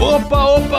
Opa, opa,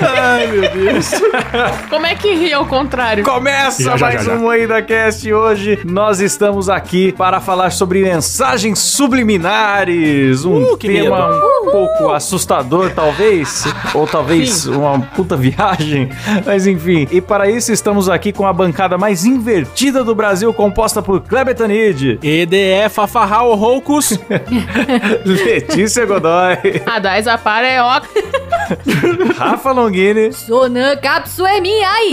Ai, meu Deus. Como é que ri ao contrário? Começa Já, já, mais já, já. um Ainda Cast hoje. Nós estamos aqui para falar sobre mensagens subliminares, um Uh, que tema um pouco assustador talvez, ou talvez uma puta viagem, mas enfim. E para isso estamos aqui com a bancada mais invertida do Brasil, composta por Kleber Tanid, EDE, Fafarral, Roucos. Letícia Godoy, A Dais Apara é ó. Rafa Longini. Sonan Capsu é minha aí!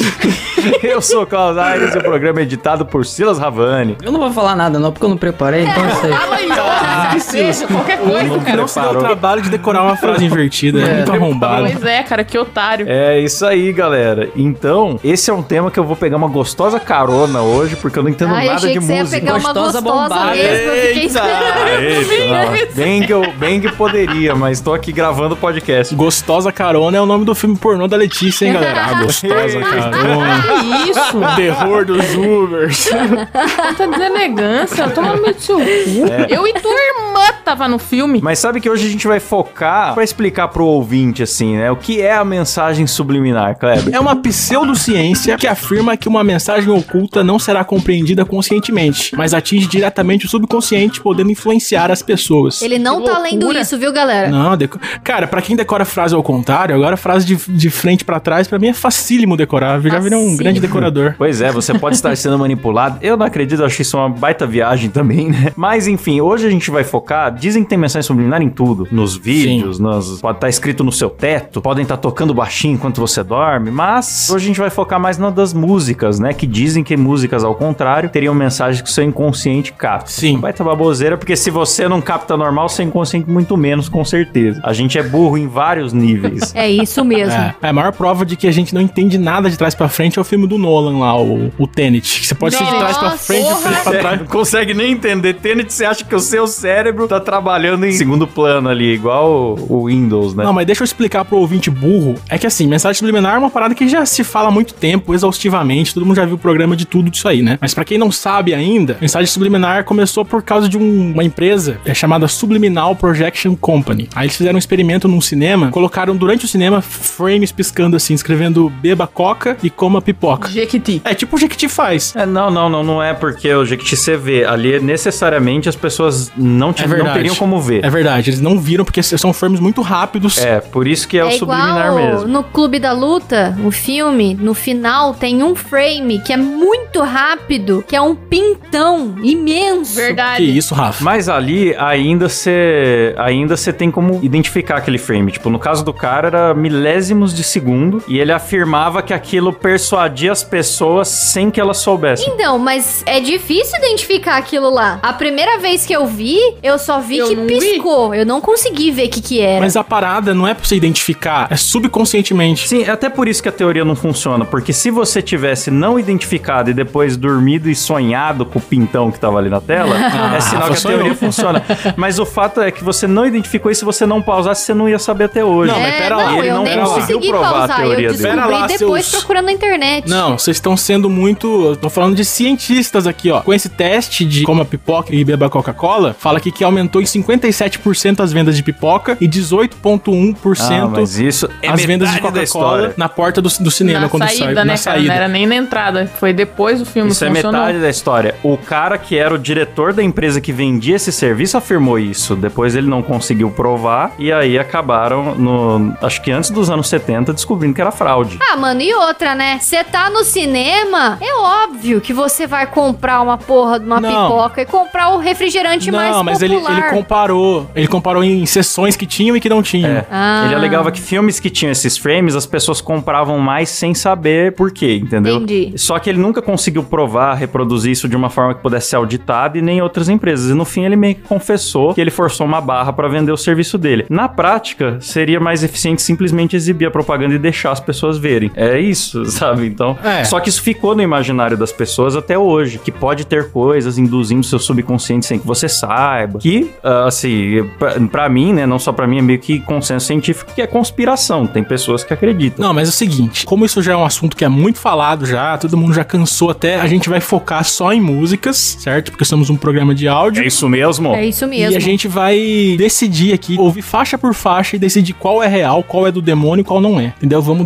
Eu sou o Klaus Aires e o programa é editado por Silas Ravani. Eu não vou falar nada não, porque eu não preparei, então eu É, sei. Fala aí, Ah. outra cerveja, qualquer coisa, cara. Não se deu o trabalho de decorar uma frase invertida. É, muito arrombado. Pois é, cara, que otário. É isso aí, galera. Então, esse é um tema que eu vou pegar uma gostosa carona hoje, porque eu não entendo Ai, eu nada achei de que você ia música. pegar um uma Gostosa gostosa bombada. mesmo, eu fiquei esperando. Eita, bem que eu, bem que poderia, mas tô aqui gravando o podcast. Gostosa Carona é o nome do filme pornô da Letícia, hein, galera? Ah, Gostosa Carona. Que isso? O terror dos Ubers. Tanta deselegância. Toma no meio do seu cu. É. Eu e tua irmã tava no filme. Mas sabe que hoje a gente vai focar pra explicar pro ouvinte assim, né? O que é a mensagem subliminar, Kleber? É uma pseudociência que afirma que uma mensagem oculta não será compreendida conscientemente, mas atinge diretamente o subconsciente, podendo influenciar as pessoas. Ele não Que tá loucura. lendo isso, viu, galera? Não, deco... cara, pra quem decora frase ao contrário, agora frase de, de frente pra trás, pra mim é facílimo decorar. Eu já virei um Facílimo. grande decorador. Pois é, você pode estar sendo manipulado. Eu não acredito, eu achei isso uma baita viagem também, né? Mas enfim, hoje a gente vai focar. Dizem que tem mensagem subliminar em tudo. Nos vídeos, nos, pode estar escrito no seu teto, podem estar tocando baixinho enquanto você dorme. Mas hoje a gente vai focar mais na das músicas, né? Que dizem que músicas, ao contrário, teriam mensagens que o seu inconsciente capta. Sim. Baita baboseira, porque se você não capta normal, seu inconsciente muito menos, com certeza. A gente é burro em vários níveis. É isso mesmo. É, a maior prova de que a gente não entende nada de trás pra frente é o filme do Nolan lá, o, o Tenet. que Você pode ser de trás pra Nossa, frente, de porra. frente pra Você trás. não consegue nem entender. Tenet, você acha que o seu cérebro tá trabalhando em segundo plano ali, igual o o Windows, né? Não, mas deixa eu explicar pro ouvinte burro. É que assim, mensagem subliminar é uma parada que já se fala há muito tempo, exaustivamente. Todo mundo já viu o programa de tudo disso aí, né? Mas pra quem não sabe ainda, mensagem subliminar começou por causa de um- uma empresa é chamada Subliminal Projection Company. Aí eles fizeram um experimento num cinema, colocaram durante o cinema frames piscando assim, escrevendo beba coca e coma pipoca. Jequiti. É tipo o Jequiti faz. É, não, não, não, não é porque o Jequiti você vê. Ali, necessariamente, as pessoas não, te, É não verdade. teriam como ver. É verdade, eles não viram porque são frames muito rápidos. É, por isso que é, o É subliminar igual mesmo. no Clube da Luta, o filme, no final tem um frame que é muito rápido, que é um pintão imenso. Que Verdade. isso, Rafa. Mas ali ainda você ainda você tem como identificar aquele frame. Tipo, no caso do cara era milésimos de segundo e ele afirmava que aquilo persuadia as pessoas sem que elas soubessem. Então, mas é difícil identificar aquilo lá. A primeira vez que eu vi, eu só vi Eu que não vi. piscou. Eu não consegui ver o que que era. Mas a parada não é pra você identificar, é subconscientemente. Sim, é até por isso que a teoria não funciona, porque se você tivesse não identificado e depois dormido e sonhado com o pintão que tava ali na tela, Ah, é sinal que a Rafa, sonhou. teoria funciona. Mas o fato é que você não identificou e se você não pausasse, você não ia saber até hoje. Não, mas É, pera não, lá. E ele eu ele não nem pera lá. consegui conseguiu provar a pausar. teoria eu dele. descobri Pera lá, depois seus- procurando na internet. Não, vocês estão sendo muito. Eu tô falando de cientistas aqui, ó. Com esse teste de coma pipoca e beba Coca-Cola, fala aqui que aumentou em 57% as vendas de pipoca e 18,1% Ah, mas isso é as vendas de metade da Coca-Cola história. na porta do, do cinema na quando saída, saiu. né, na cara? Não saída. era nem na entrada. Foi depois do filme Isso é funcionou. metade da história. O cara que era o diretor da empresa que vendia esse serviço afirmou isso. Depois ele não conseguiu provar. E aí acabaram, no, acho que antes dos anos 70, descobrindo que era fraude. Ah, mano, e outra, né? Você tá no cinema, é óbvio que você vai comprar uma porra de uma Não. pipoca e comprar o refrigerante mais Não, popular. mas ele, ele comparou. Ele comparou em sessões que tinham e que não tinham. É. Ah. Ele alegava que filmes que tinham esses frames, as pessoas compravam mais sem saber por quê, entendeu? Entendi. Só que ele nunca conseguiu provar, reproduzir isso de uma forma que pudesse ser auditada e nem outras empresas. E no fim ele meio que confessou que ele forçou uma barra pra vender o serviço dele. Na prática, seria mais eficiente simplesmente exibir a propaganda e deixar as pessoas verem. É isso, sabe? Então, É. só que isso ficou no imaginário das pessoas até hoje, que pode ter coisas induzindo seu subconsciente sem que você saiba. Que, ah, assim, pra- pra mim, né, não só pra mim, é meio que consenso científico que é conspiração. Tem pessoas que acreditam. Não, mas é o seguinte, como isso já é um assunto que é muito falado já, todo mundo já cansou até, a gente vai focar só em músicas, certo? Porque somos um programa de áudio. É isso mesmo? É isso mesmo. E a gente vai decidir aqui, ouvir faixa por faixa e decidir qual é real, qual é do demônio e qual não é. Entendeu? Vamos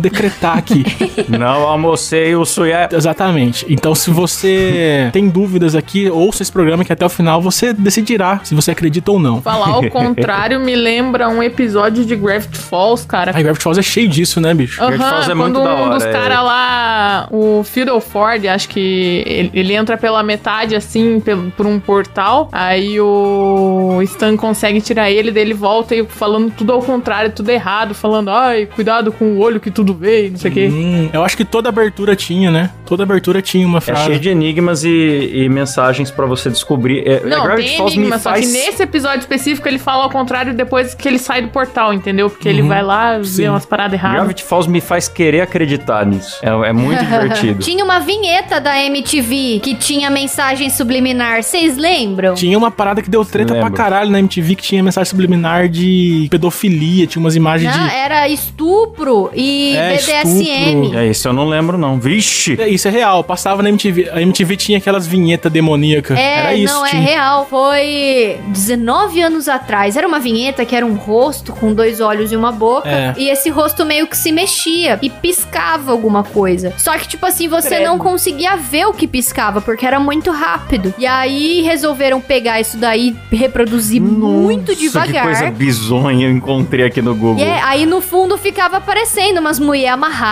decretar aqui. Não almocei o sué. é Exatamente. Então, se você tem dúvidas aqui, ouça esse programa que até o final você decidirá se você acredita ou não. Falar ao contrário me lembra um episódio de Gravity Falls, cara. A Gravity Falls é cheio disso, né, bicho? Gravity Aham, Falls é Uhum, quando muito da um hora, dos é. caras lá, o Fiddle Ford, acho que ele, ele entra pela metade, assim, pel- por um portal, aí o Stan consegue tirar ele, daí ele volta e falando tudo ao contrário, tudo errado, falando, ai, cuidado com o olho que tudo vê, e não sei Uhum. o quê. Hum, eu acho que toda abertura tinha, né? Toda abertura tinha uma É frase. cheio de enigmas e, e mensagens pra você descobrir. É, Não, Gravity tem Falls me enigma, só que faz- nesse episódio específico ele fala ao contrário depois que ele sai do portal, entendeu? Porque Uhum. ele vai lá, Sim. vê umas paradas erradas. Gravity Falls me faz querer acreditar nisso. É, é muito divertido. Tinha uma vinheta da MTV que tinha mensagem subliminar, vocês lembram? Tinha uma parada que deu treta Lembro. pra caralho na MTV que tinha mensagem subliminar de pedofilia, tinha umas imagens Não, de. era estupro e É, BDSM. estupro. É isso, eu não lembro não. Vixe! É, Isso é real, passava na MTV. A MTV tinha aquelas vinhetas demoníacas. É, era isso, não, é tinha. real. Foi 19 anos atrás. Era uma vinheta que era um rosto com dois olhos e uma boca. É. E esse rosto meio que se mexia e piscava alguma coisa. Só que, tipo assim, você Credo. não conseguia ver o que piscava, porque era muito rápido. E aí resolveram pegar isso daí, reproduzir muito Nossa, Que devagar. coisa bizonha eu encontrei aqui no Google. E é, aí no fundo ficava aparecendo umas mulheres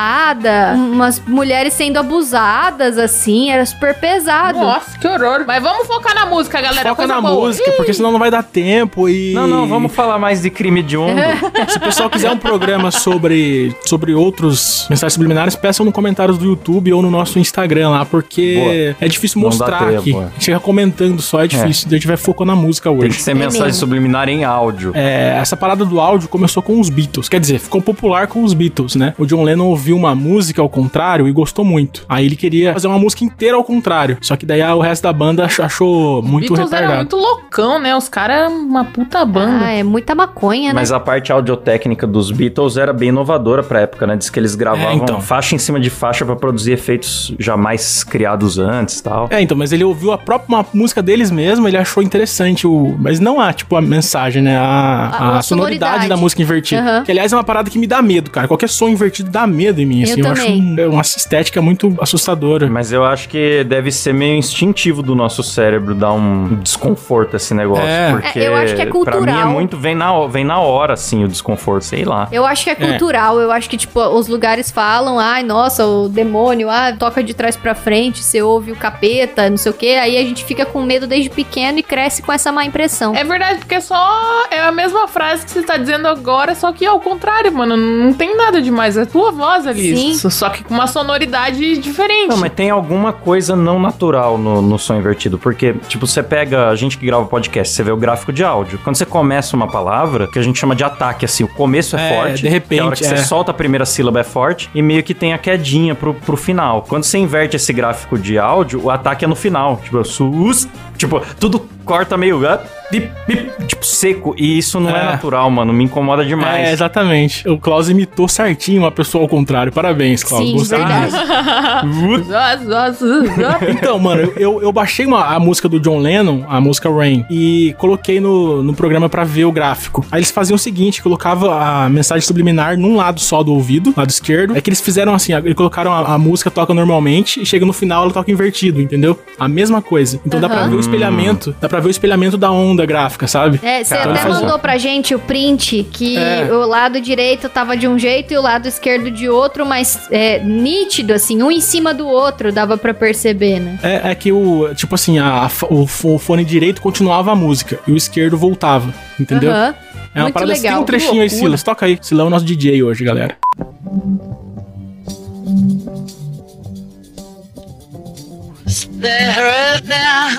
amarradas, umas mulheres sendo abusadas, assim, era super pesado. Nossa, que horror. Mas vamos focar na música, galera. Foca coisa na boa. música, porque senão não vai dar tempo e. Não, não, vamos falar mais de crime de É. onda. Se o pessoal quiser um programa sobre, sobre outros mensagens subliminares, peçam no comentários do YouTube ou no nosso Instagram lá, porque Boa. é difícil Não mostrar dá tempo, aqui. é. A gente fica comentando só, é difícil. A gente vai focar na música Tem que hoje. ser mensagem É mesmo. subliminar em áudio. É, essa parada do áudio começou com os Beatles. Quer dizer, ficou popular com os Beatles, né? O John Lennon ouviu uma música ao contrário e gostou muito. Aí ele queria fazer uma música inteira ao contrário. Só que daí ah, o resto da banda ach- achou muito Beatles era retardado. muito loucão, né? Os caras eram uma puta banda. Ah, é muita maconha, né? Mas a parte audiotécnica dos Beatles era bem inovadora pra época, né? Diz que eles gravavam É, então. faixa em cima de faixa pra produzir efeitos jamais criados antes e tal. É, então, mas ele ouviu a própria uma música deles mesmo, ele achou interessante o. Mas não a, tipo, a mensagem, né? A, A- a a sonoridade, sonoridade. da música invertida. Aham. Que, aliás, é uma parada que me dá medo, cara. Qualquer som invertido dá medo em mim, Eu assim. Eu acho também. um- é uma estética muito assustadora. Mas eu acho que deve ser meio instintivo do nosso cérebro dar um desconforto esse negócio. É. Porque É, eu acho que é Pra mim é cultural. muito. Vem na, ho- vem na hora, assim, o desconforto, sei lá. Eu acho que é cultural, eu acho que, tipo, os lugares falam, ai, nossa, o demônio, ah, toca de trás pra frente, você ouve o capeta, não sei o quê, aí a gente fica com medo desde pequeno e cresce com essa má impressão. É verdade, porque só é a mesma frase que você tá dizendo agora, só que ao contrário, mano. Não tem nada demais. É tua voz ali. Sim. Só- Só que com uma sonoridade diferente. Não, mas tem alguma coisa não natural no, no som invertido. Porque, tipo, você pega a gente que grava podcast, você vê o gráfico de áudio. Quando você começa uma palavra, que a gente chama de ataque, assim, o começo é, É, forte. de repente, e A hora que é. você solta a primeira sílaba é forte. E meio que tem a quedinha pro, pro final. Quando você inverte esse gráfico de áudio, o ataque é no final. Tipo, sus. Tipo, tudo corta meio. ah, pip, pip, tipo, seco. E isso não é, É. natural, mano. Me incomoda demais. É, exatamente. O Klaus imitou certinho uma pessoa ao contrário. Parabéns, Klaus. Sim, Gostei verdade. disso. Zó, zó, zó, zó. Então, mano, eu- eu, eu baixei uma- a música do John Lennon, a música Rain, e coloquei no, no programa pra ver o gráfico. Aí eles faziam o seguinte, colocava a mensagem subliminar num lado só do ouvido, lado esquerdo. É que eles fizeram assim, eles colocaram a, a música toca normalmente e chega no final ela toca invertido, entendeu? A mesma coisa. Então dá pra Aham. ver o espelhamento, dá pra ver o espelhamento da onda gráfica, sabe? É, você Cara, até faz- mandou pra gente o print que É. o lado direito tava de um jeito e o lado esquerdo de outro, mas é, nítido, assim, um em cima do outro, dava pra perceber, né? É, é que o, tipo assim, a- a fo- o fo- o fone direito continuava a música e o esquerdo voltava, entendeu? Aham. É uma Muito parada legal. Tem um Que trechinho aí, loucura. Silas. Toca aí. Silas é o nosso DJ hoje, galera.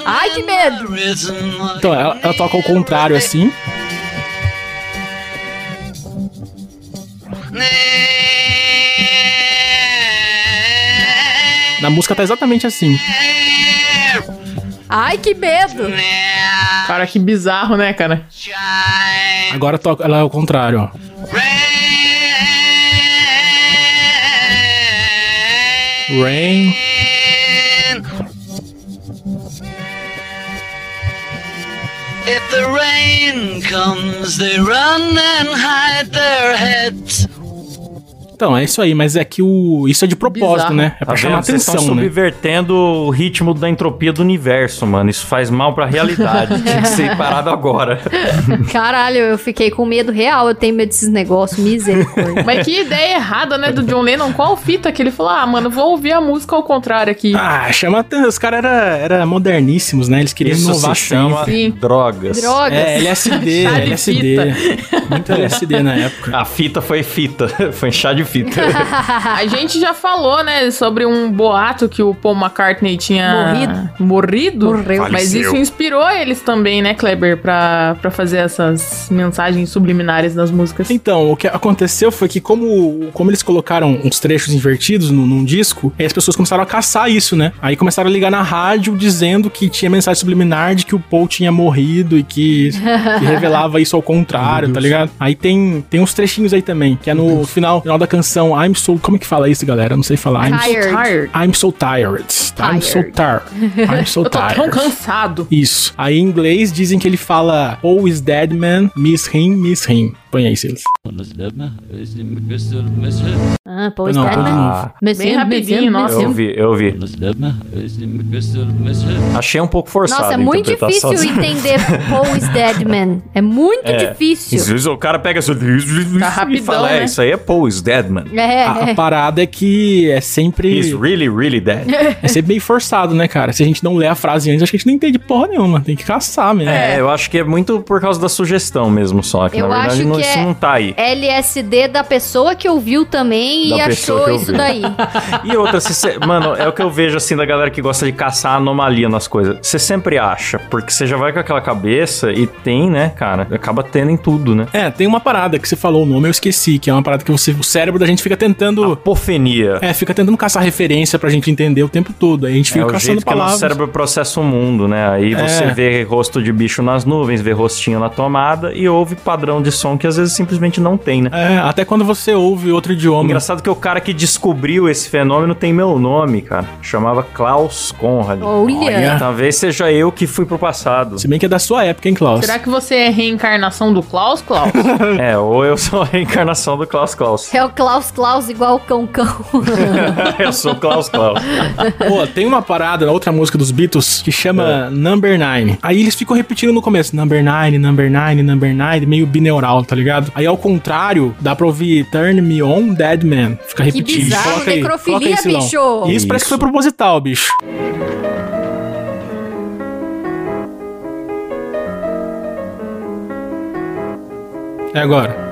Ai, que medo! Então, ela, ela toca ao contrário, assim. Na música tá exatamente assim. Ai, que medo! Cara, que bizarro, né, cara? Agora toca, ela é ao contrário, ó. Rain. If the rain comes, they run and hide their heads. Então, é isso aí, mas é que o. Isso é de propósito, Bizarro. né? É pra Tá chamar vendo? Vocês estão atenção, né? subvertendo o ritmo da entropia do universo, mano. Isso faz mal pra realidade. Tinha que ser parado agora. Caralho, eu fiquei com medo real, eu tenho medo desses negócios, misericórdia. Mas que ideia errada, né, do John Lennon. Qual fita que ele falou? Ah, mano, vou ouvir a música ao contrário aqui. Ah, chama atenção. Os caras eram era moderníssimos, né? Eles queriam Isso inovar se sempre. chama Sim. drogas. Drogas. É, LSD, Chá de LSD. Muito LSD na época. A fita foi fita. Foi chá de fita. A gente já falou, né, sobre um boato que o Paul McCartney tinha morrido. Morreu. Mas Faleceu. isso inspirou eles também, né, Kleber, pra, pra fazer essas mensagens subliminares nas músicas. Então, o que aconteceu foi que, como, como eles colocaram uns trechos invertidos num, num disco, aí as pessoas começaram a caçar isso, né? Aí começaram a ligar na rádio dizendo que tinha mensagem subliminar de que o Paul tinha morrido e que, que revelava isso ao contrário, tá ligado? Aí tem, tem uns trechinhos aí também, que é no final, final da canção I'm So. Como é que fala isso, galera? Eu não sei falar. I'm so, Tired. Tired. I'm so tired. tá? I'm so tired. I'm so Eu tô tired. tão cansado. Isso. Aí em inglês dizem que ele fala Oh is dead man, miss him, miss him. Põe aí, Silas. Ah, pô, Não, espera, põe de né? novo. Mexendo, Bem rapidinho, mexendo, nossa. Eu mexendo. vi, eu vi. Achei um pouco forçado. Nossa, é a então, muito tá interpretação. difícil assim. entender Paul is Dead Man. É muito É. Às difícil. vezes o cara pega assim, seu Tá e rapidão, fala, é, né? isso aí é Paul is dead, man. É, é. A, a parada é que é He's sempre, really, really dead. é sempre meio forçado, né, cara? Se a gente não lê a frase antes, acho que a gente não entende porra nenhuma. Tem que caçar mesmo. É, eu acho que é muito por causa da sugestão mesmo, só que Eu na verdade acho não- que isso é- não tá aí. LSD da pessoa que ouviu também Da e pessoa achou que isso ouviu. daí. E outra, se cê- mano, é o que eu vejo assim da galera que gosta de caçar anomalia nas coisas. Você sempre acha, porque você já vai com aquela cabeça e tem, né, cara? Acaba tendo em tudo, né? É, tem uma parada que você falou o nome, eu esqueci, que é uma parada que você, o cérebro da gente fica tentando. Apofenia. É, fica tentando caçar referência pra gente entender o tempo todo. Aí a gente É fica o caçando jeito que o nosso palavras. cérebro processa o mundo, né? Aí você É. vê rosto de bicho nas nuvens, vê rostinho na tomada e ouve padrão de som que às vezes simplesmente não tem, né? É, até quando você ouve outro idioma. Engraçado que o cara que descobriu esse fenômeno tem meu nome, cara. Chamava Klaus Conrad. Olha. Olha. Talvez seja eu que fui pro passado. Se bem que é da sua época, hein, Klaus? Será que você é reencarnação do Klaus, Klaus? É, ou eu sou a reencarnação do Klaus Klaus. É o Klaus Klaus igual o Cão Cão. eu sou o Klaus Klaus. Pô, tem uma parada na outra música dos Beatles que chama Number Nine. Aí eles ficam repetindo no começo: Number Nine, Number Nine, Number Nine, meio bineural, tá ligado? Aí ao contrário, dá pra ouvir Turn Me On, Dead Man. Fica Que repetindo. bizarro, Coloca aí, necrofilia, coloca aí, Silão. bicho! Isso parece que foi proposital, bicho. É agora.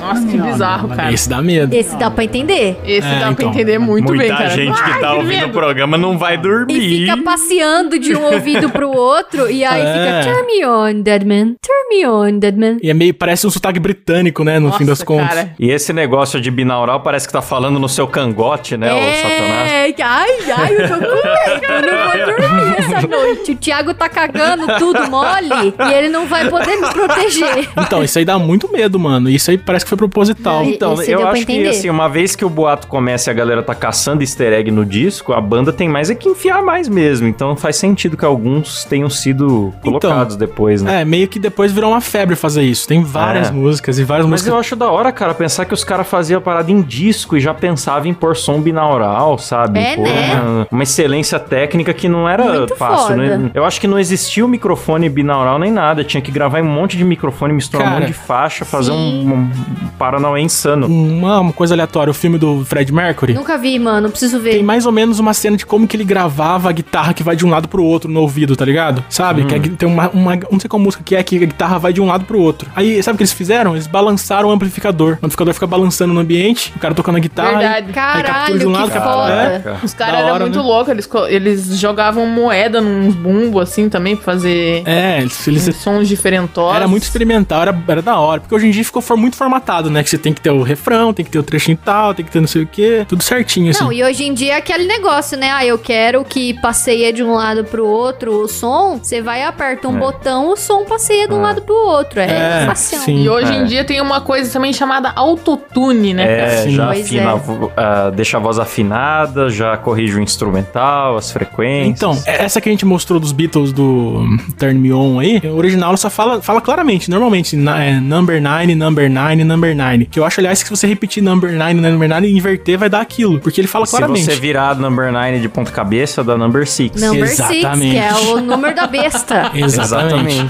Nossa, que bizarro, cara. Esse, Esse dá medo. Tá. Esse dá pra entender. É, dá pra então. entender muito Muita bem, cara. gente Ai, que tá ouvindo o medo. programa não vai E dormir. fica passeando de um ouvido pro outro e aí É. fica turn me on, Deadman. Turn me on, Deadman. E é meio, parece um sotaque britânico, né? No Nossa, fim das contas. cara. E esse negócio de binaural parece que tá falando no seu cangote, né, o Satanás? É, que- ai, ai, eu tô com medo, eu não vou dormir essa noite. O Thiago tá cagando tudo mole e ele não vai poder me proteger. Então, isso aí dá muito medo, mano. Isso aí parece que foi proposital. Não, e- Então, Esse deu eu pra acho que entender. assim, uma vez que o boato começa e a galera tá caçando easter egg no disco, a banda tem mais é que enfiar mais mesmo. Então faz sentido que alguns tenham sido colocados depois, né? É, meio que depois virou uma febre fazer isso. Tem várias É. músicas e várias Mas músicas. eu acho da hora, cara, pensar que os caras faziam a parada em disco e já pensavam em pôr som binaural, sabe? É, Pôr né? uma, uma excelência técnica que não era Muito fácil. foda. não- eu acho que não existia o microfone binaural nem nada. Tinha que gravar em um monte de microfone, misturar um Cara, Né, monte de faixa, fazer sim. um, um paranauê insano. Uma, uma coisa aleatória, o filme do Fred Mercury. Nunca vi, mano, preciso ver. Tem mais ou menos uma cena de como que ele gravava a guitarra que vai de um lado pro outro no ouvido, tá ligado? Sabe? Que a gui- tem uma, uma- Não sei qual música que é que a guitarra vai de um lado pro outro. Aí, sabe o que eles fizeram? Eles balançaram o amplificador. O amplificador fica balançando no ambiente, o cara tocando a guitarra. Tá Verdade. captura Caralho, de um que lado, captura- foda. Caraca. Os caras Da eram hora, muito né? loucos, eles, co- eles jogavam moeda num bumbo, assim, também, pra fazer É, eles, eles sons diferentosos. Era muito experimental, era, era da hora. Porque hoje em dia ficou for- muito formatado, né? Que você tem que ter o refrão, tem que ter o trechinho tal, tem que ter não sei o quê. Tudo certinho, assim. Não, e hoje em dia é aquele negócio, né? Ah, eu quero que passeia de um lado pro outro o som. Você vai, aperta um botão, o som passeia de um lado pro outro. É, É, fácil. sim. E hoje É. em dia tem uma coisa também chamada autotune, né? cara? É, Sim. já Pois afina, é. a vo- ah, deixa a voz afinada, já corrige o instrumental, as frequências. Então, é- essa que a gente mostrou dos Beatles do hum, Turn Me On aí, o original ela só fala, fala claramente, normalmente, na- é, number 9, number 9, number 9. Que eu acho, aliás, que se você repetir number 9, number 9 e inverter, vai dar aquilo. Porque ele fala se claramente. você virar a number 9 de ponta cabeça, dá number 6. Number six, Exatamente. que é o número da besta. Exatamente.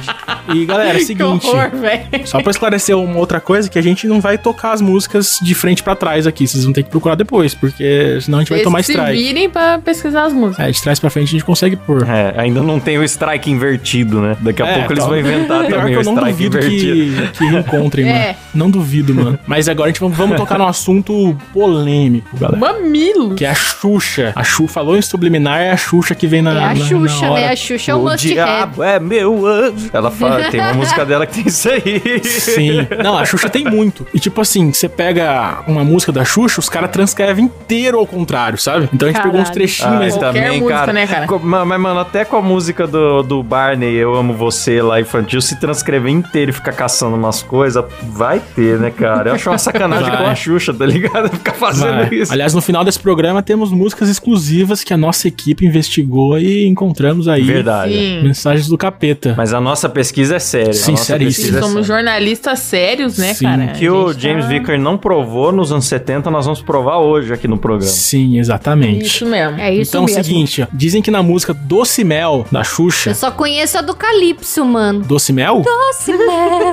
E galera, é o Que seguinte. horror, velho. Só pra esclarecer uma outra coisa, que a gente não vai tocar as músicas de frente pra trás aqui. Vocês vão ter que procurar depois, porque senão a gente vai Eles tomar se strike. virem pra pesquisar as músicas. É, de trás pra frente a gente consegue pôr. É, ainda não tem o strike invertido, né? Daqui a É, pouco eles tá. vão inventar Pior que também o eu não strike duvido invertido. que, que reencontrem, mano. É. Não duvido, mano. Mas agora a gente vamos, vamos tocar num assunto polêmico, galera. Mamilo. Que é a Xuxa. A Xuxa falou em subliminar, é a Xuxa que vem na. É na- a na Xuxa, hora. né? A Xuxa é o o must have. diabo é meu anjo. Ela fala, tem uma música dela que tem isso aí. Sim. Não, a Xuxa tem muito. E tipo assim, você pega uma música da Xuxa, os caras transcrevem inteiro ao contrário, sabe? Então a gente pegou uns Caralho. trechinhos. Ah, mas- mas também, música, cara. né, cara? co- ma- Mas, mano, até com a música do, do Barney, Eu Amo Você lá infantil, se transcrever inteiro e ficar caçando umas coisas, vai ter, né, cara? Eu acho uma sacanagem Vai. com a Xuxa, tá ligado? Ficar fazendo Vai. isso. Aliás, no final desse programa temos músicas exclusivas que a nossa equipe investigou e encontramos aí. Verdade. Sim. Mensagens do capeta. Mas a nossa pesquisa é séria. a Sim, nossa seríssimo. pesquisa Sim, é somos séria. jornalistas sérios, né, Sim. cara? que A o gente James tá- Vicker não provou nos anos 70, nós vamos provar hoje aqui no programa. Sim, exatamente. Isso mesmo. É isso então é o mesmo. seguinte, ó, dizem que na música Doce Mel, da Xuxa. Eu só conheço a do Calypso, mano. né? Doce Mel? Doce mel,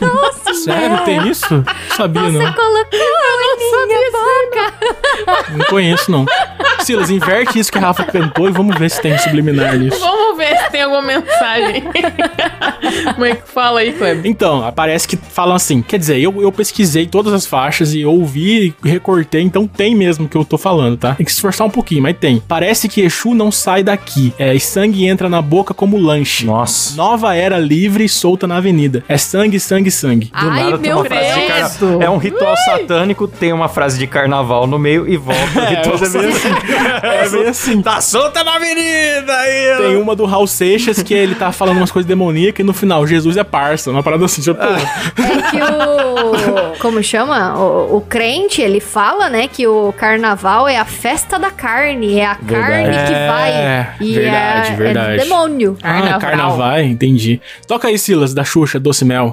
doce Sério, mel. tem isso? Não sabia, né? Você não. colocou em minha boca. Não conheço, não. Silas, inverte isso que a Rafa cantou e vamos ver se tem subliminar nisso. Vamos ver se tem alguma mensagem. Como é que fala aí, Kleber? Então, aparece que falam assim. Quer dizer, eu, eu pesquisei todas as faixas e ouvi e recortei, então tem mesmo o que eu tô falando, tá? Tem que se esforçar um pouquinho, mas tem. Parece que Exu não sai daqui. É, e sangue entra na boca como lanche. Nossa. Nova era livre e solta na avenida. É sangue, sangue, sangue. Do Ai, nada tem meu uma frase de credo. carnaval. É um ritual satânico, tem uma frase de carnaval no meio e volta o ritual mas é meio satânico. É bem assim. Tá solta na avenida aí! Tem uma do Raul Seixas que ele tá falando umas coisas demoníacas e no final, Jesus é parça. Uma parada assim, tipo, É que o... Como chama? O, o crente, ele fala, né, que o carnaval é a festa da carne. É a carne Verdade. que vai. É, e verdade, é, é verdade. do demônio. ah, carnaval, entendi. Toca aí, Silas, da Xuxa, Doce Mel.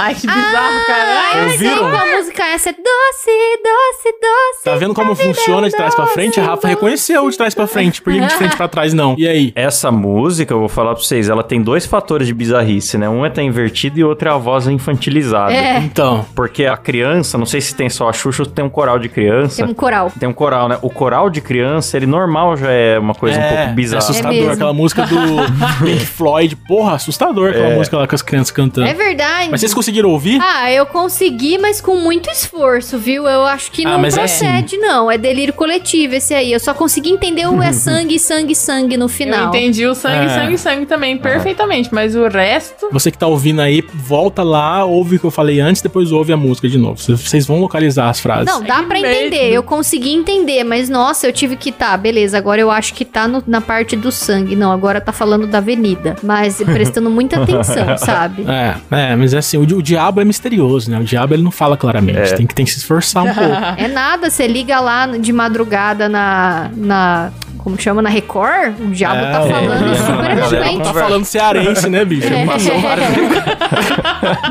Ai, que bizarro, cara. Ai, eu sei Ouviram? qual música é essa. Doce, doce, doce. Tá vendo como funciona de trás pra frente? A Rafa reconheceu o de trás pra frente, porque de frente pra trás não. E aí? Essa música, eu vou falar pra vocês, ela tem dois fatores de bizarrice, né? Um é tá invertido e outro é a voz infantilizada. É, Então, Porque a criança, não sei se tem só a Xuxa ou se tem um coral de criança. tem um coral. Tem um coral, né? O coral de criança, ele normal já é uma coisa um pouco É bizarra. É assustador. mesmo. aquela música do Pink Floyd. Porra, assustador É. aquela música lá com as crianças cantando. É Hum. verdade. Mas vocês conseguiram ouvir? Ah, eu consegui, mas com muito esforço, viu? Eu acho que Ah, não mas é procede, não. É delírio coletivo esse aí. Eu só consegui entender o é sangue, sangue, sangue no Eu final. entendi o sangue, É. sangue, sangue também, perfeitamente. Mas o resto. Você que tá ouvindo aí, volta lá, ouve o que eu falei antes, depois ouve a música de novo. Vocês- Vocês vão localizar as frases. Não, dá que pra medo. entender. Eu consegui entender, mas nossa, eu tive que tá, beleza. Agora eu acho que tá no- na parte do sangue. Não, agora tá falando da avenida. Mas prestando muita atenção, sabe? É, é, mas é assim, o, di- o diabo é misterioso, né? O diabo ele não fala claramente. É. Tem, que, tem que se esforçar um pouco. É nada, você liga lá de madrugada na. na como que chama? Na Record? O diabo tá É, falando é. é A super galera eloquente. Tá falando cearense, né, bicho? Passou várias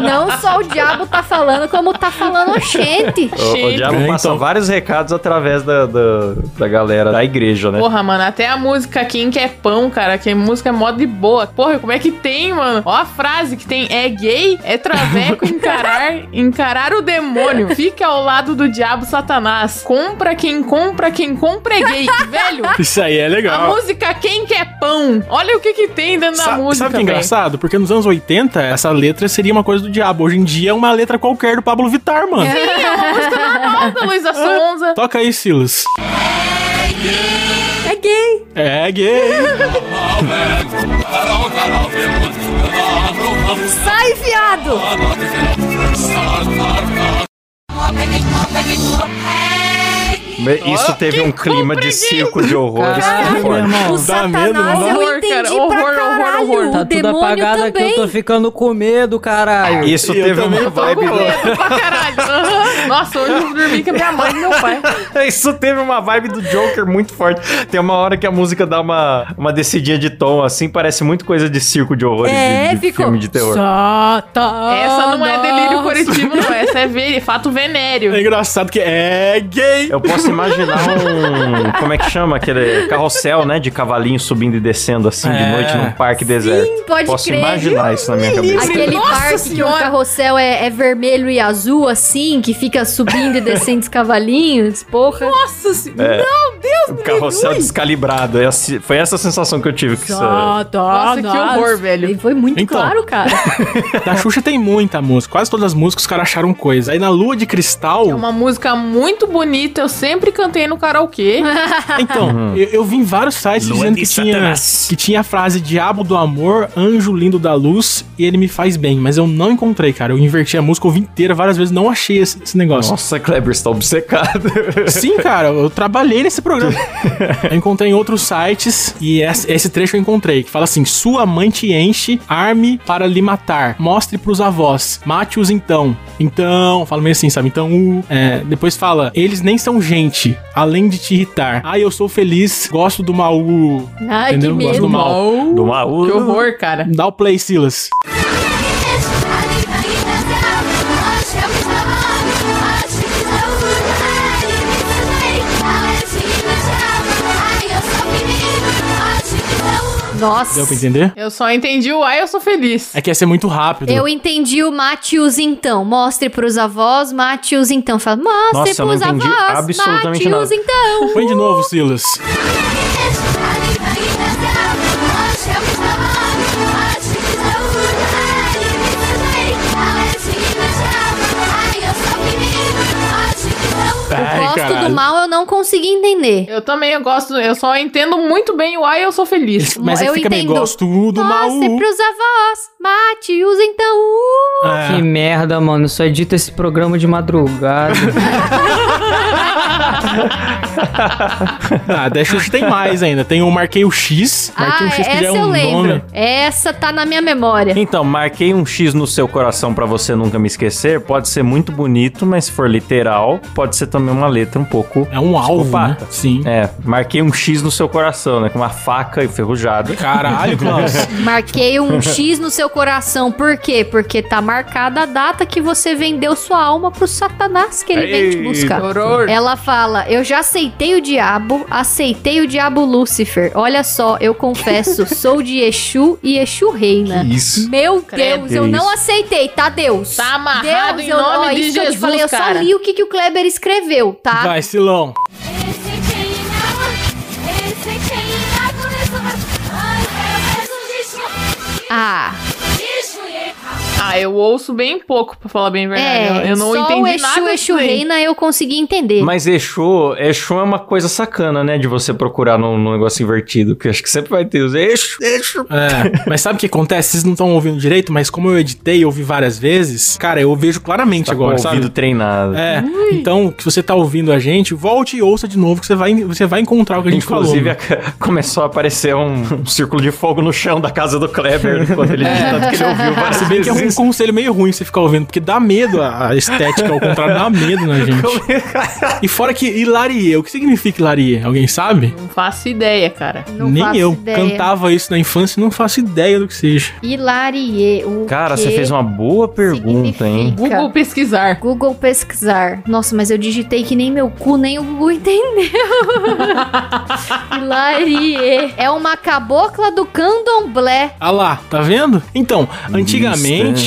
Não só o diabo tá falando, como tá falando a gente. O, o Chique. diabo É, passa então. vários recados através da, da, da galera da igreja, né? Porra, mano, até a música Quem Quer Pão, cara, que música é mó de boa. Porra, como é que tem, mano? Ó a frase que tem, é gay, é traveco, encarar, encarar o demônio. Fica ao lado do diabo satanás. Compra quem compra, quem compra é gay. Velho, Isso aí é a legal. música Quem Quer Pão. Olha o que que tem dentro da Sa- música, sabe que é velho. engraçado? Porque nos anos 80, essa letra seria uma coisa do diabo. Hoje em dia é uma letra qualquer do Pablo Vittar, mano. Sim, é uma música normal da Luísa Sonza. Toca aí, Silas. É gay. É gay. Sai, fiado! Me- Isso teve um clima de circo de horrores. Caralho, meu irmão. Dá medo, O Satanás, não dá? eu Horror, entendi cara, é pra horror, horror, caralho. horror. O Tá tudo demônio apagado aqui, também. eu tô ficando com medo, caralho. Isso Eu teve também uma tô com vibe. Com medo pra caralho. Aham. Nossa, hoje eu dormi com a minha mãe e meu pai. Isso teve uma vibe do Joker muito forte. Tem uma hora que a música dá uma, uma descidinha de tom, assim, parece muito coisa de circo de horrores É, de, de ficou- filme de terror. Oh, tá Essa não é delírio coletivo, não. Essa é ve- fato venério. É engraçado que é gay. Eu posso imaginar um. Como é que chama? Aquele carrossel, né? De cavalinho subindo e descendo assim de É. noite num parque deserto. pode posso crer. imaginar isso na minha cabeça. Aquele Nossa parque que o Senhora. carrossel é, é vermelho e azul, assim, que fica subindo e descendo os cavalinhos, porra. Nossa senhora. Um carrossel descalibrado. Essa- Foi essa a sensação que eu tive. Que é. essa... tá Ah, Nossa, que horror, velho. E foi muito Então. claro, cara. Da Xuxa tem muita música. Quase todas as músicas os caras acharam coisa. Aí na Lua de Cristal. É uma música muito bonita, eu sempre cantei no karaokê. Então, eu, eu vi em vários sites Uhum. Lua dizendo de que tinha, Satanás. que tinha a frase Diabo do amor, anjo lindo da luz e ele me faz bem. Mas eu não encontrei, cara. Eu inverti a música, ouvi inteira várias vezes, não achei esse, esse negócio. Nossa, Kleber está obcecado. Sim, cara, eu trabalhei nesse programa. eu encontrei em outros sites e esse, esse trecho eu encontrei, que fala assim: Sua mãe te enche, arme para lhe matar, mostre pros avós, mate-os então. Então, fala meio assim, sabe? Então, uh, é, depois fala: Eles nem são gente, além de te irritar. Ai, eu sou feliz, gosto do mal. uh." Ai, Entendeu? que Gosto medo. do mal. Do Maú. Que horror, cara. Dá o play, Silas. Nossa. Deu pra entender? Eu só entendi o ai, eu sou feliz. É que ia ser muito rápido. Eu entendi o mate-os então. Mostre pros avós, mate-os então. Fala, mostre Nossa, eu não pros entendi avós, absolutamente mate-os nada. então. Põe de novo, Silas. O Ai, gosto caralho. do mal eu não consegui entender. Eu também eu gosto, eu só entendo muito bem o ai, eu sou feliz. Mas aí eu fica meio entendo. é gosto do mal. Mostre uh." pros avós, mate-os então. É. Que merda, mano. Só edita esse programa de madrugada. Ah, Dash Hoje tem mais ainda. Tem o Marquei o X. Marquei o Ah, X que essa já é eu um lembro. nome. Essa tá na minha memória. Então, marquei um X no seu coração pra você nunca me esquecer. Pode ser muito bonito, mas se for literal, pode ser também uma letra um pouco É um alvo, alvo, né? psicopata. Sim. É, marquei um X no seu coração, né? Com uma faca enferrujada. Caralho, Klaus. Marquei um X no seu coração. Por quê? Porque tá marcada a data que você vendeu sua alma pro Satanás que ele vem te Ei, buscar. Horror. Ela fala: Eu já aceitei o diabo, aceitei o diabo Lúcifer. Olha só, eu confesso, sou de Exu e Exu reina. Isso. Meu Credo. Deus, eu Que não isso. aceitei, tá Deus? Tá amarrado em eu- nome ó, de isso que eu te Jesus, falei, eu cara. só li o que, que o Kleber escreveu, tá? Vai, Silão. é um Ah, Ah, eu ouço bem pouco, pra falar bem a verdade. é, eu, eu não só o entendi Exu, nada disso Exu aí. reina eu consegui entender. Mas Exu, Exu é uma coisa sacana, né? De você procurar num, num negócio invertido, que acho que sempre vai ter os Exu, Exu. É, mas sabe o que acontece? Vocês não estão ouvindo direito, mas como eu editei e ouvi várias vezes, cara, eu vejo claramente Tá com o agora, sabe? ouvido treinado. É, então, que você tá ouvindo a gente, volte e ouça de novo que você vai, você vai encontrar o que a gente Inclusive, é falou. né? a ca- começou a aparecer um, um círculo de fogo no chão da casa do Kleber, quando ele de tanto que ele ouviu várias Se bem que é um vezes. conselho meio ruim você ficar ouvindo, porque dá medo a a estética, ao contrário, dá medo na gente. é E fora que hilarie, o que significa hilarie? Alguém sabe? Não faço ideia, cara. não Nem faço eu. Ideia. Cantava isso na infância e não faço ideia do que seja. Hilarie, o Cara, que você fez um- uma boa pergunta, hein? significa? Google pesquisar. Google pesquisar. Nossa, mas eu digitei que nem meu cu, nem o Google entendeu. Hilarie. É uma cabocla do candomblé. Ah lá, tá vendo? Então, antigamente,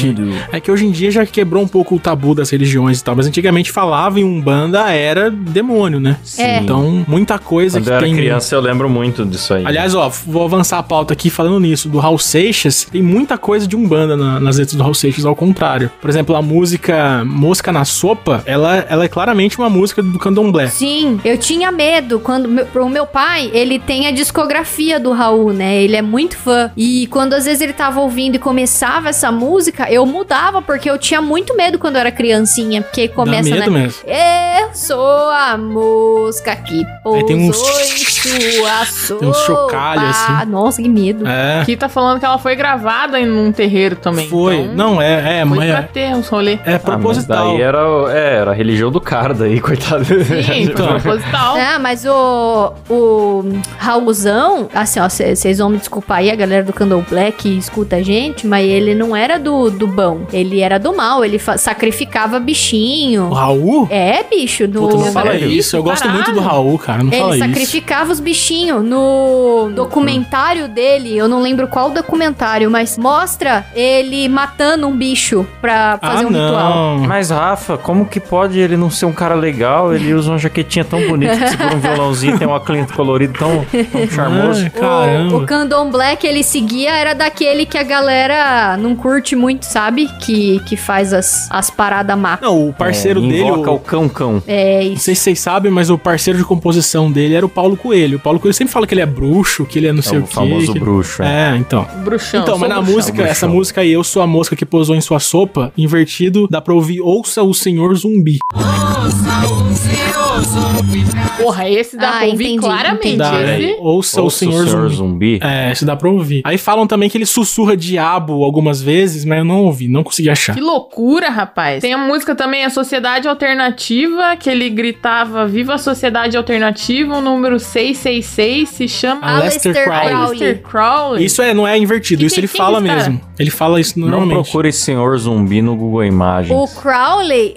É que hoje em dia já quebrou um pouco o tabu das religiões e tal, mas antigamente falava em Umbanda era demônio, né? É. Então, muita coisa Quando que eu era tem. criança, eu lembro muito disso aí. Aliás, ó, vou avançar a pauta aqui falando nisso, do Raul Seixas, tem muita coisa de Umbanda na- nas letras do Raul Seixas, ao contrário. Por exemplo, a música Mosca na Sopa, ela, ela é claramente uma música do É. candomblé. Sim, eu tinha medo quando meu- o meu pai, ele tem a discografia do Raul, né? Ele é muito fã. E quando às vezes ele tava ouvindo e começava essa música, eu mudava porque eu tinha muito medo quando eu era criancinha, porque começa, Dá né? medo mesmo. Eu sou a mosca que Aí pousou tem uns- em sua sopa. Tem uns chocalho, assim. Nossa, que medo. É, Aqui tá falando que ela foi gravada em um terreiro também. foi. Então, Não, é, é, foi é, pra ter uns rolê. é Ah, mas proposital. daí era, o- é, era a religião do cara daí, coitado. Sim, Então. foi proposital. Ah, mas o, o Raulzão, assim, ó, vocês vão me desculpar aí, a galera do Candomblé que escuta a gente, mas ele não era do, do bom, ele era do mal, ele fa- sacrificava O bichinho. Raul? É, bicho, no... Puta, não fala Sério? isso. Eu gosto muito do Caralho. Raul, cara. Não fala Ele isso. sacrificava os bichinhos no documentário dele, eu não lembro qual documentário, mas mostra ele matando um bicho pra fazer ah, um ritual. não. Mas, Rafa, como que pode ele não ser um cara legal? Ele usa uma jaquetinha tão bonita, que segura um violãozinho, tem um aclento colorido tão, tão charmoso. Ai, caramba. O, o candomblé que ele seguia era daquele que a galera não curte muito, sabe? Que, que faz as, as paradas má. Não, o parceiro É, dele. Invoca o- o cão-cão. É Não isso. sei se vocês sabem, mas o parceiro de composição dele era o Paulo Coelho. O Paulo Coelho sempre fala que ele é bruxo, que ele é não É sei o o quê. famoso que... bruxo. É. É, então. Bruxão. então, sou mas na bruxão. música, bruxão. essa música aí, Eu Sou a Mosca que Pousou em Sua Sopa, invertido, dá pra ouvir Ouça o Senhor Zumbi. Porra, esse dá Ah, pra ouvir entendi, claramente. entendi. Dá, Esse... né? Ouça, Ouça o Senhor, Zumbi. zumbi. É, isso dá pra ouvir. Aí falam também que ele sussurra diabo algumas vezes, mas eu não ouvi, não consegui achar. Que loucura, rapaz. Tem a música também, a Sociedade Alternativa, que ele gritava Viva a Sociedade Alternativa, o número 666 se chama Aleister Aleister Crowley. Aleister Crowley. Ah, Isso é, não é invertido, E isso quem- ele quem fala que esse cara? mesmo. Ele fala isso Não normalmente. procure senhor zumbi no Google Imagens. O Crowley,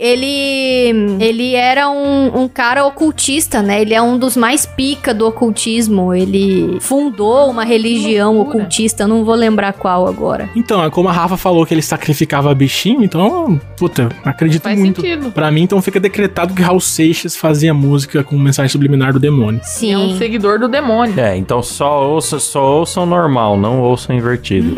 ele ele era um, um cara ocultista, né? Ele é um dos mais pica do ocultismo. Ele fundou uma religião loucura. ocultista, não vou lembrar qual agora. Então, é como a Rafa falou que ele sacrificava bichinho, então, puta, acredito Faz muito. sentido. Pra mim, então, fica decretado que Raul Seixas fazia música com mensagem subliminar do demônio. É um Sim. seguidor do demônio. É, então só ouça, só ouçam normal, não ouçam invertido.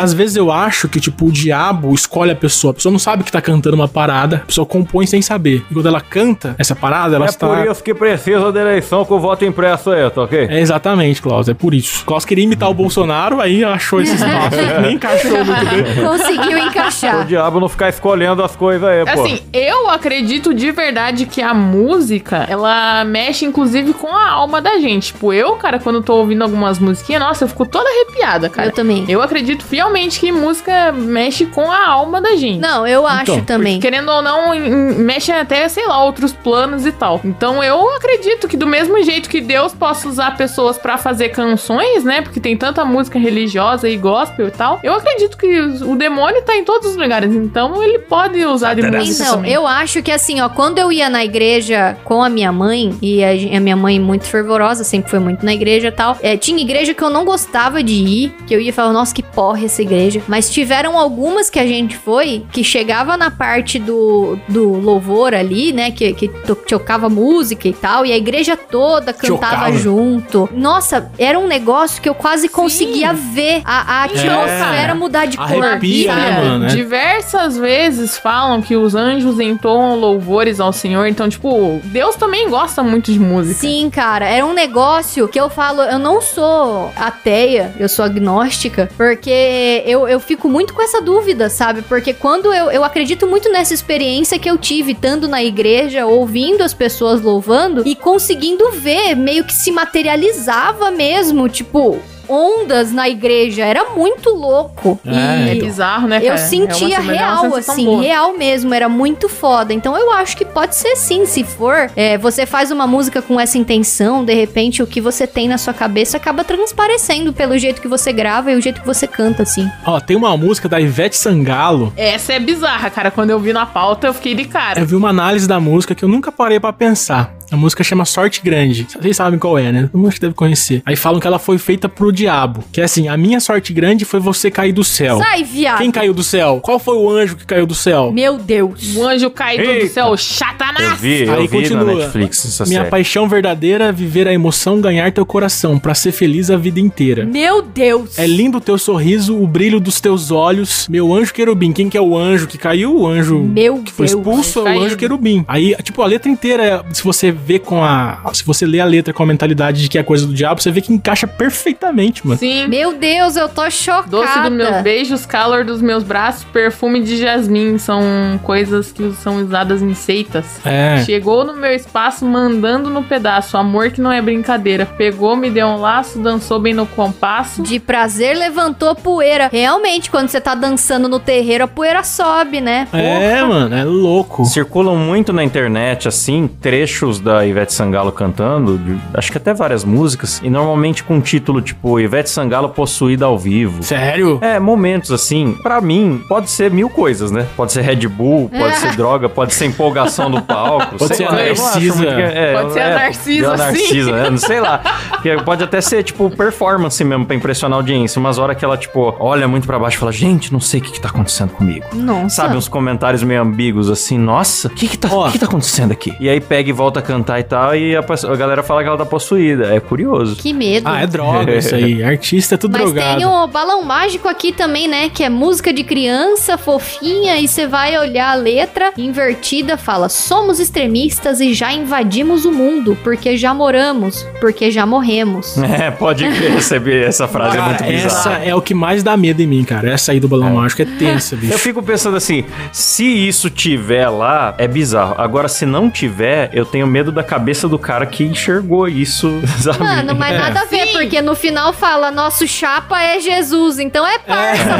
Às vezes eu acho que, tipo, o diabo escolhe a pessoa. A pessoa não sabe que tá cantando uma parada, a pessoa compõe sem saber. E quando ela canta essa parada, ela está. É isso que precisa da eleição com o voto impresso aí, tá ok? É exatamente, Klaus, é por isso. Klaus queria imitar o Bolsonaro, aí achou esse espaço. Nem encaixou muito bem. Com conseguiu O encaixar. diabo não ficar ficou olhando as coisas aí, É, pô. Assim, eu acredito de verdade que a música, ela mexe inclusive com a alma da gente. Tipo, eu, cara, quando tô ouvindo algumas musiquinhas, nossa, eu fico toda arrepiada, cara. Eu também. Eu acredito fielmente que música mexe com a alma da gente. Não, eu acho Então, também. Querendo ou não, em- em- mexe até, sei lá, outros planos e tal. Então eu acredito que do mesmo jeito que Deus possa usar pessoas pra fazer canções, né? Porque tem tanta música religiosa e gospel e tal. Eu acredito que o demônio tá em todos os lugares. Então ele pode usar de música Então, também. eu acho que assim, ó, quando eu ia na igreja com a minha mãe, e a, gen- a minha mãe muito fervorosa, sempre foi muito na igreja e tal, é, tinha igreja que eu não gostava de ir, que eu ia e falava, nossa, que porra essa igreja. Mas tiveram algumas que a gente foi, que chegava na parte do, do louvor ali, né, que, que to- tocava música e tal, e a igreja toda cantava Chocava. junto. Nossa, era um negócio que eu quase conseguia ver a, a Então, atmosfera cara, mudar de cor. É. arrepia, né, Bíblia, mano? né? Diversas vezes falam que os anjos entoam louvores ao Senhor. Então, tipo, Deus também gosta muito de música. Sim, cara, era um negócio que eu falo, eu não sou ateia, eu sou agnóstica, porque eu, eu fico muito com essa dúvida, sabe? Porque quando eu, eu acredito muito nessa experiência que eu tive, estando na igreja, ouvindo as pessoas louvando e conseguindo ver, meio que se materializava mesmo, tipo, ondas na igreja, era muito louco. É, É e... então. bizarro, né, cara? Eu sentia é uma- mas é uma real, sensação assim, boa. real mesmo, era muito foda. Então eu acho que pode ser sim, se for, é, você faz uma música com essa intenção, de repente o que você tem na sua cabeça acaba transparecendo pelo jeito que você grava e o jeito que você canta, assim. Ó, tem uma música da Ivete Sangalo. Essa é bizarra, cara. Quando eu vi na pauta, eu fiquei de cara. Eu vi uma análise da música que eu nunca parei pra pensar. A música chama Sorte Grande. Vocês sabem qual é, né? Todo mundo acho que deve conhecer. Aí falam que ela foi feita pro diabo. Que é assim, a minha sorte grande foi você cair do céu. Sai, viado! É Quem caiu do céu? Qual foi o anjo que caiu do céu? Meu Deus! O anjo caído do Eita. céu, Eu Satanás! vi, eu Aí vi continua. na Netflix essa Minha série. paixão verdadeira, viver a emoção, ganhar teu coração, pra ser feliz a vida inteira. Meu Deus! É lindo o teu sorriso, o brilho dos teus olhos. Meu anjo querubim. Quem que é o anjo que caiu? O anjo Meu que foi Deus. expulso é o Caído. anjo querubim. Aí, tipo, a letra inteira, é- se você vê com a. Se você lê a letra com a mentalidade de que é coisa do diabo, você vê que encaixa perfeitamente, mano. Sim. Meu Deus, eu tô chocada! Doce dos meus beijos, calor dos meus braços, perfume de jasmim são coisas que são usadas em seitas. É. Chegou no meu espaço mandando no pedaço, amor que não é brincadeira. Pegou, me deu um laço, dançou bem no compasso. De prazer levantou poeira. Realmente, quando você tá dançando no terreiro, a poeira sobe, né? É, mano, é louco. Circulam muito na internet, assim, trechos da Ivete Sangalo cantando, de- acho que até várias músicas, e normalmente com título tipo Ivete Sangalo possuída ao vivo. Sério? É, momentos assim, pra mim, pode ser mil coisas, né? Pode ser Red Bull, pode ser droga, pode ser empolgação no palco. Pode sei ser lá, a eu não acho Narcisa. muito que- é, Pode ser a é, Narcisa, deu a sim. Narcisa, né? Não sei lá. Que Pode até ser, tipo, performance mesmo, pra impressionar a audiência. Umas horas que ela, tipo, olha muito pra baixo e fala, gente, não sei o que que tá acontecendo comigo. Nossa. Sabe, uns comentários meio ambíguos, assim, nossa, o que que, tá, Ó. o que que tá acontecendo aqui? E aí pega e volta a cantar e tal, e a, pessoa- a galera fala que ela tá possuída. É curioso. Que medo. Ah, é droga isso aí. Artista é tudo Mas drogado. tem um- o balão mágico aqui também, né? Que é música de criança, fofinha, e você vai olhar a letra invertida, fala: somos extremistas e já invadimos o mundo, porque já moramos, porque já morremos. É, pode crer, receber essa frase é Cara, muito bizarra. essa é o que mais dá medo em mim, cara. Essa aí do balão mágico é tensa, bicho. Eu fico pensando assim, se isso tiver lá, é bizarro. Agora, se não tiver, eu tenho medo da cabeça do cara que enxergou isso, sabe? Mano, mas É. nada a ver, Sim. porque no final fala: nosso chapa é Jesus, então é parça,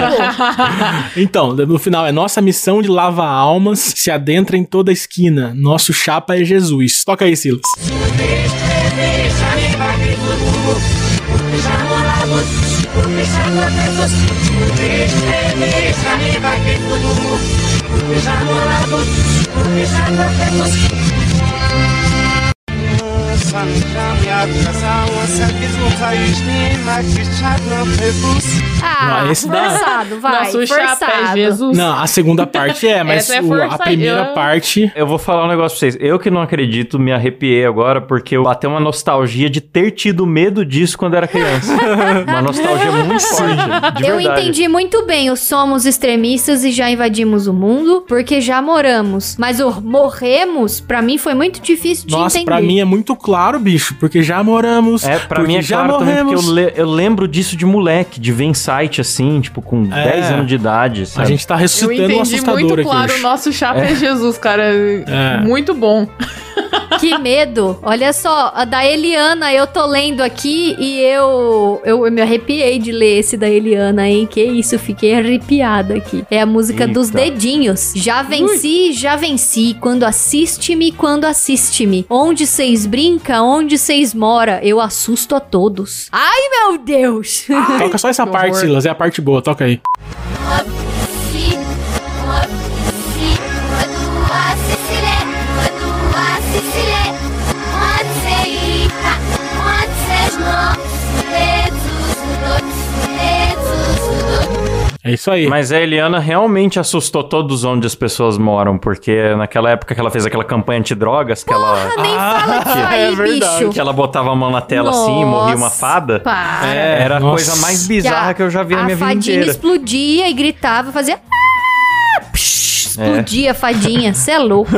pô. Então, no final, é nossa missão de lavar almas, se adentra em toda a esquina. Nosso chapa é Jesus. Toca aí, Silas. Ah, Não, esse dá. Ah, forçado, vai. Nosso é forçado. chapéu, Jesus. Não, a segunda parte é, mas Essa é o- a força- primeira eu- parte. Eu vou falar um negócio pra vocês. Eu que não acredito, me arrepiei agora porque eu bateu uma nostalgia de ter tido medo disso quando era criança. uma nostalgia muito forte. De Eu verdade. entendi muito bem o somos extremistas e já invadimos o mundo porque já moramos. Mas o morremos, pra mim, foi muito difícil de Nossa, entender. pra mim é muito claro, bicho, porque já moramos. É, pra porque mim é já claro também, porque morremos. eu, le- eu lembro disso de moleque, de ver insight assim, tipo, com É. 10 anos de idade, A sabe? gente tá Eu ressuscitando um entendi assustador muito aqui. É. claro, o bicho. nosso chapa é, Jesus, cara. Muito bom. Que medo! Olha só, a da Eliana, eu tô lendo aqui e eu, eu eu me arrepiei de ler esse da Eliana, hein? Que isso, fiquei arrepiada aqui. É a música dos Eita. dedinhos. Já venci, já venci. Quando assiste-me, quando assiste-me. Onde vocês brinca, onde vocês mora, eu assusto a todos. Ai, meu Deus! Toca só essa que parte, horror. Silas, é a parte boa, toca aí. É isso aí. Mas a Eliana realmente assustou todos onde as pessoas moram, porque naquela época que ela fez aquela campanha antidrogas, que ela. Nem fala disso que- É aí, bicho. Ah, é Que ela botava a mão na tela assim e morria uma Nossa, fada. para. É, era a Nossa. coisa mais bizarra que, eu já vi na a minha vida fadinha inteira. explodia e gritava, fazia. "Ah!" É. Psh, Explodia a fadinha, cê é louco.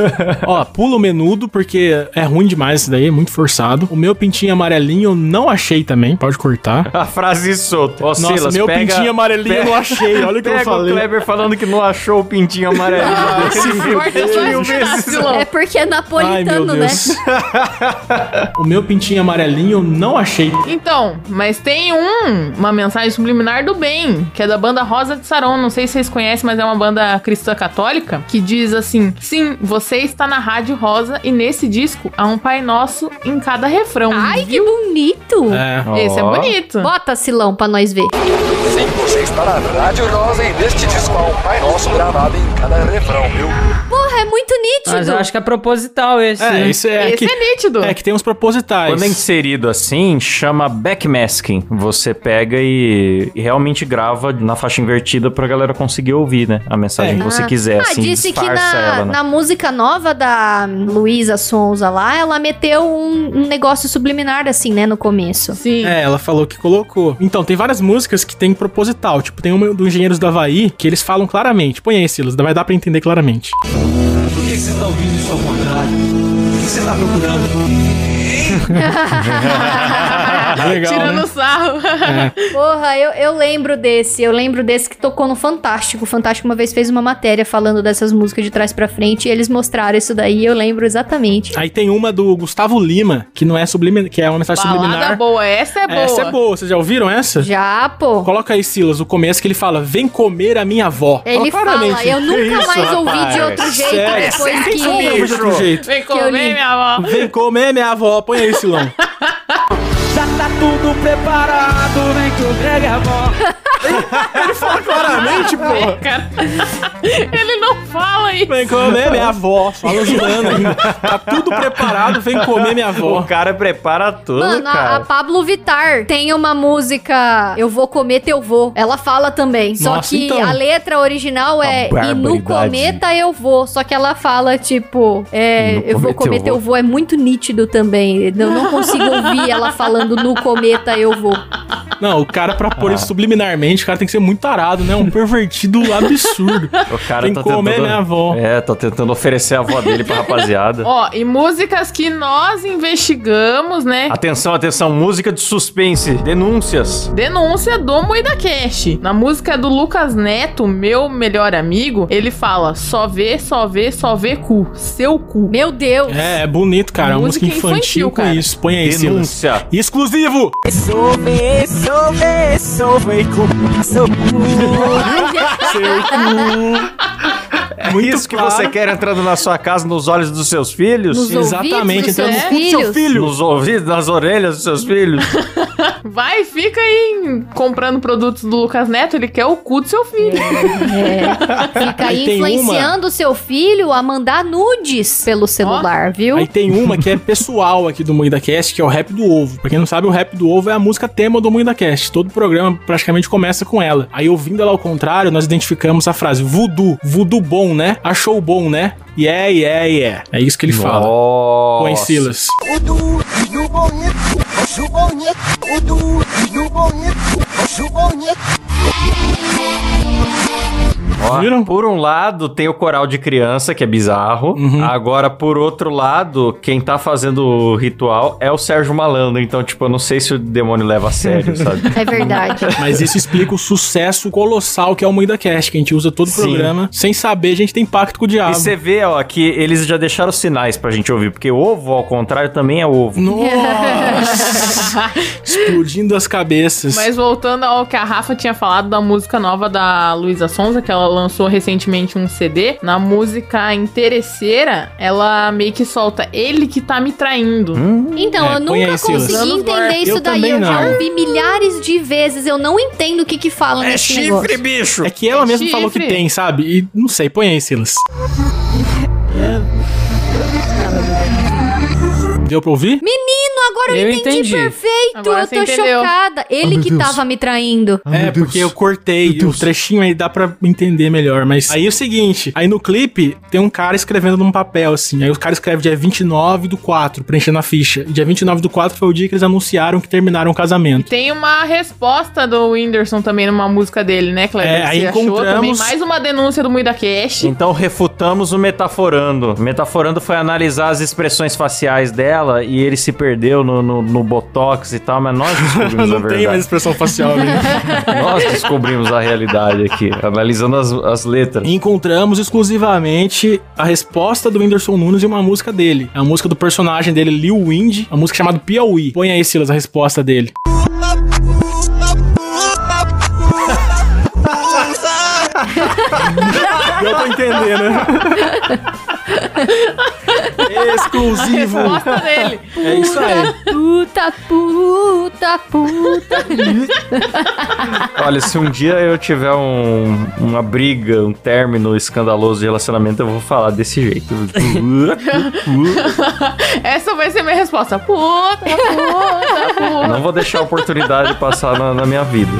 Ó, pula o menudo, porque é ruim demais isso daí, é muito forçado. O meu pintinho amarelinho eu não achei também, pode cortar. A frase solta. Ó, Nossa, Silas, meu pega- pintinho amarelinho eu pega- não achei, olha o que eu Pega o falei. Kleber falando que não achou o pintinho amarelinho. Ele viu corta só mil esse vezes. vacilão. É porque é napolitano, né? o meu pintinho amarelinho eu não achei. Então, mas tem um, uma mensagem subliminar do bem, que é da banda Rosa de Saron. Não sei se vocês conhecem, mas é uma banda cristã católica que diz assim: Sim, você está na Rádio Rosa e nesse disco há um Pai Nosso em cada refrão. Ai, que bonito! É. Esse é Ó. bonito. Bota Silão pra nós ver. Sim, você está na Rádio Rosa e neste disco há um Pai Nosso gravado em cada refrão, viu? Porra, é muito Mas nítido. eu acho que é proposital esse. É, hein? isso é, Esse que, é nítido. é que tem uns propositais. Quando é inserido assim, chama backmasking. Você pega e, e realmente grava na faixa invertida pra galera conseguir ouvir, né? A mensagem É. que você Ah. quiser, ah, assim, disse que disfarça na, ela, né? na música nova da Luísa Sonza lá, ela meteu um, um negócio subliminar assim, né, no começo. Sim. É, ela falou que colocou. Então, tem várias músicas que tem proposital. Tipo, tem uma do Engenheiros do Havaí que eles falam claramente. Põe aí, Silas, vai dar pra entender claramente. Por que você está ouvindo isso ao contrário? O que você tá está procurando? Legal, Tirando né? sarro. Porra, eu, eu lembro desse. Eu lembro desse que tocou no Fantástico. O Fantástico uma vez fez uma matéria falando dessas músicas de trás pra frente e eles mostraram isso daí. Eu lembro exatamente. Aí tem uma do Gustavo Lima, que não é subliminar, que é uma mensagem Balada subliminar. boa. Essa é boa. Essa é boa, vocês já ouviram essa? Já, pô. Coloca aí, Silas, o começo que ele fala: Vem comer a minha avó. Ele fala, eu nunca isso, mais ouvi de rapaz? outro jeito Sério? depois que. Vamos de outro jeito. Vem eu comer, li. minha avó. é Vem comer minha avó, põe aí, Silão. Já tá tudo preparado, vem que o Greg é avó. Claramente, Vem, cara. Ele não fala isso. Vem comer minha avó. Fala ajudando ainda. Tá tudo preparado, vem comer minha O avó. cara prepara tudo, Mano, a, a cara. Pablo Vitar tem uma música Eu Vou Comer Teu Vô. Ela fala também. Só Nossa, que então. a letra original é Uma E no barbaridade. cometa eu vou. Só que ela fala, tipo, é, No eu vou cometa comer eu teu vou. vô. É muito nítido também. Eu não consigo ouvir ela falando no cometa eu vou. Não, o cara, pra pôr isso subliminarmente, o cara tem que ser muito tarado, né? Um pervertido absurdo. O cara Vem tá comer tentando... minha avó. É, tá tentando oferecer a avó dele pra rapaziada. Ó, e músicas que nós investigamos, né? atenção, atenção, música de suspense, denúncias. Denúncia do Moída Cash. Na música do Lucas Neto, meu melhor amigo, ele fala: só vê, só vê, só vê cu. Seu cu. Meu Deus. É, é bonito, cara. É uma música Música infantil, infantil, com cara. isso. Põe aí, Silas. Denúncia. Exclusivo! Sove, sove, sove, com seu cu. É Muito isso que claro. você quer entrando na sua casa nos olhos dos seus filhos? Nos Exatamente, ouvidos dos entrando seus no cu do seu filhos. filho. Nos ouvidos, nas orelhas dos seus filhos? Vai, fica aí comprando produtos do Lucas Neto, ele quer o cu do seu filho. É. Fica Aí aí tem uma- influenciando seu filho a mandar nudes pelo celular, viu? Aí tem uma que é pessoal aqui do Moída Cast, que é o Rap do Ovo. Pra quem não sabe, o Rap do Ovo é a música tema do Moída Cast. Todo programa praticamente começa com ela. Aí ouvindo ela ao contrário, nós identificamos a frase voodoo, voodoo bom, né? Achou bom, né? Yeah, yeah, yeah. É isso que ele fala. Nossa. Põe Silas. Olha ó, viram? Por um lado, tem o coral de criança, que é bizarro. Uhum. Agora, por outro lado, quem tá fazendo o ritual é o Sérgio Malandro. Então, tipo, eu não sei se o demônio leva a sério, sabe? É verdade. Mas isso explica o sucesso colossal que é o Moída Cast, que a gente usa todo o Sim. é programa. Sem saber, a gente tem pacto com o diabo. E você vê, ó, que eles já deixaram sinais pra gente ouvir, porque ovo, ao contrário, também é ovo. Nossa! Explodindo as cabeças. Mas voltando ao que a Rafa tinha falado da música nova da Luísa Sonza, que ela lançou recentemente um CD, na música Interesseira, ela meio que solta ele que tá me traindo. Então, É, põe eu nunca aí, Silas. consegui Anos entender War. isso Eu daí. também Eu já não. ouvi milhares de vezes. Eu não entendo o que que falam É nesse chifre, negócio. bicho! É que ela mesma falou que Chifre. tem, sabe? E não sei, põe aí, Silas. Deu pra ouvir? Menino, agora eu, Eu entendi, entendi. perfeito. Agora eu você tô entendeu. chocada. Ele que tava me traindo. É, porque eu cortei o trechinho aí, dá pra entender melhor. Mas aí é o seguinte: aí no clipe tem um cara escrevendo num papel, assim. Aí o cara escreve dia 29 do 4, preenchendo a ficha. E dia 29 do 4 foi o dia que eles anunciaram que terminaram o casamento. Tem uma resposta do Whindersson também numa música dele, né, Kleber? É, aí Você achou encontramos- também mais uma denúncia do Muida Cash. Então refutamos o metaforando. Metaforando foi analisar as expressões faciais dela e ele se perdeu no, no, no botox e tal, mas nós descobrimos a Não tem mais verdade. expressão facial, né? Nós descobrimos a realidade aqui, analisando as, as letras. E Encontramos exclusivamente a resposta do Whindersson Nunes e uma música dele. É a música do personagem dele, Lil Wind, a música chamada Piauí. Põe aí, Silas, a resposta dele. Deu pra entender, né? Exclusivo. Resposta dele. É isso aí. Puta, puta, puta. Olha, se um dia eu tiver um- uma briga, um término escandaloso de relacionamento, eu vou falar desse jeito. Essa vai ser minha resposta. Puta, puta, puta. Não vou deixar a oportunidade passar na, na minha vida.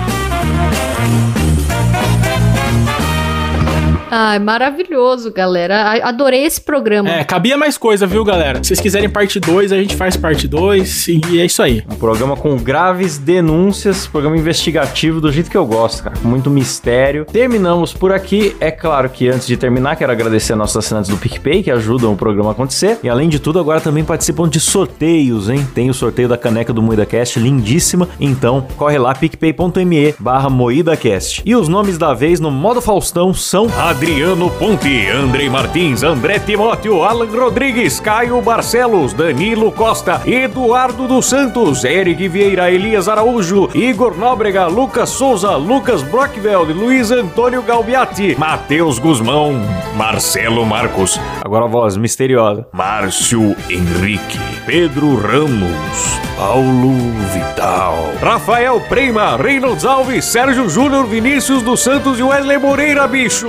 Ai, maravilhoso, galera. A- Adorei esse programa. É, cabia mais coisa, viu, galera? Se vocês quiserem parte 2, a gente faz parte 2 e é isso aí. Um programa com graves denúncias, programa investigativo do jeito que eu gosto, cara. com Muito mistério. Terminamos por aqui. É claro que antes de terminar, quero agradecer a nossos assinantes do PicPay que ajudam o programa a acontecer. E além de tudo, agora também participam de sorteios, hein? Tem o sorteio da caneca do MoídaCast, lindíssima. Então, corre lá, picpay.me barra MoídaCast. E os nomes da vez no modo Faustão são Adriano Ponte, Andrei Martins, André Timóteo, Alan Rodrigues, Caio Barcelos, Danilo Costa, Eduardo dos Santos, Eric Vieira, Elias Araújo, Igor Nóbrega, Lucas Souza, Lucas Brockveld, Luiz Antônio Galbiati, Matheus Guzmão, Marcelo Marcos, Agora a voz misteriosa. Márcio Henrique, Pedro Ramos, Paulo Vital, Rafael Prema, Reynolds Alves, Sérgio Júnior, Vinícius dos Santos e Wesley Moreira, bicho!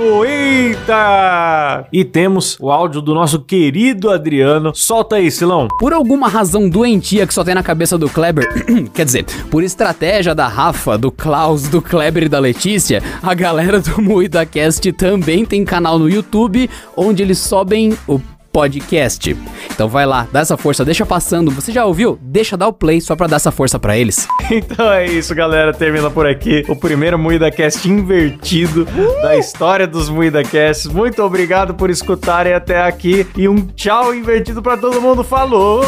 Eita! E temos o áudio do nosso querido Adriano. Solta aí, Silão. Por alguma razão doentia que só tem na cabeça do Kleber, quer dizer, por estratégia da Rafa, do Klaus, do Kleber e da Letícia, a galera do MoídaCast também tem canal no YouTube onde eles sobem o podcast. Então vai lá, dá essa força, deixa passando. Você já ouviu? Deixa dar o play só pra dar essa força pra eles. Então é isso, galera. Termina por aqui o primeiro MuidaCast invertido da história dos MuidaCasts. Muito obrigado por escutarem até aqui e um tchau invertido pra todo mundo. Falou!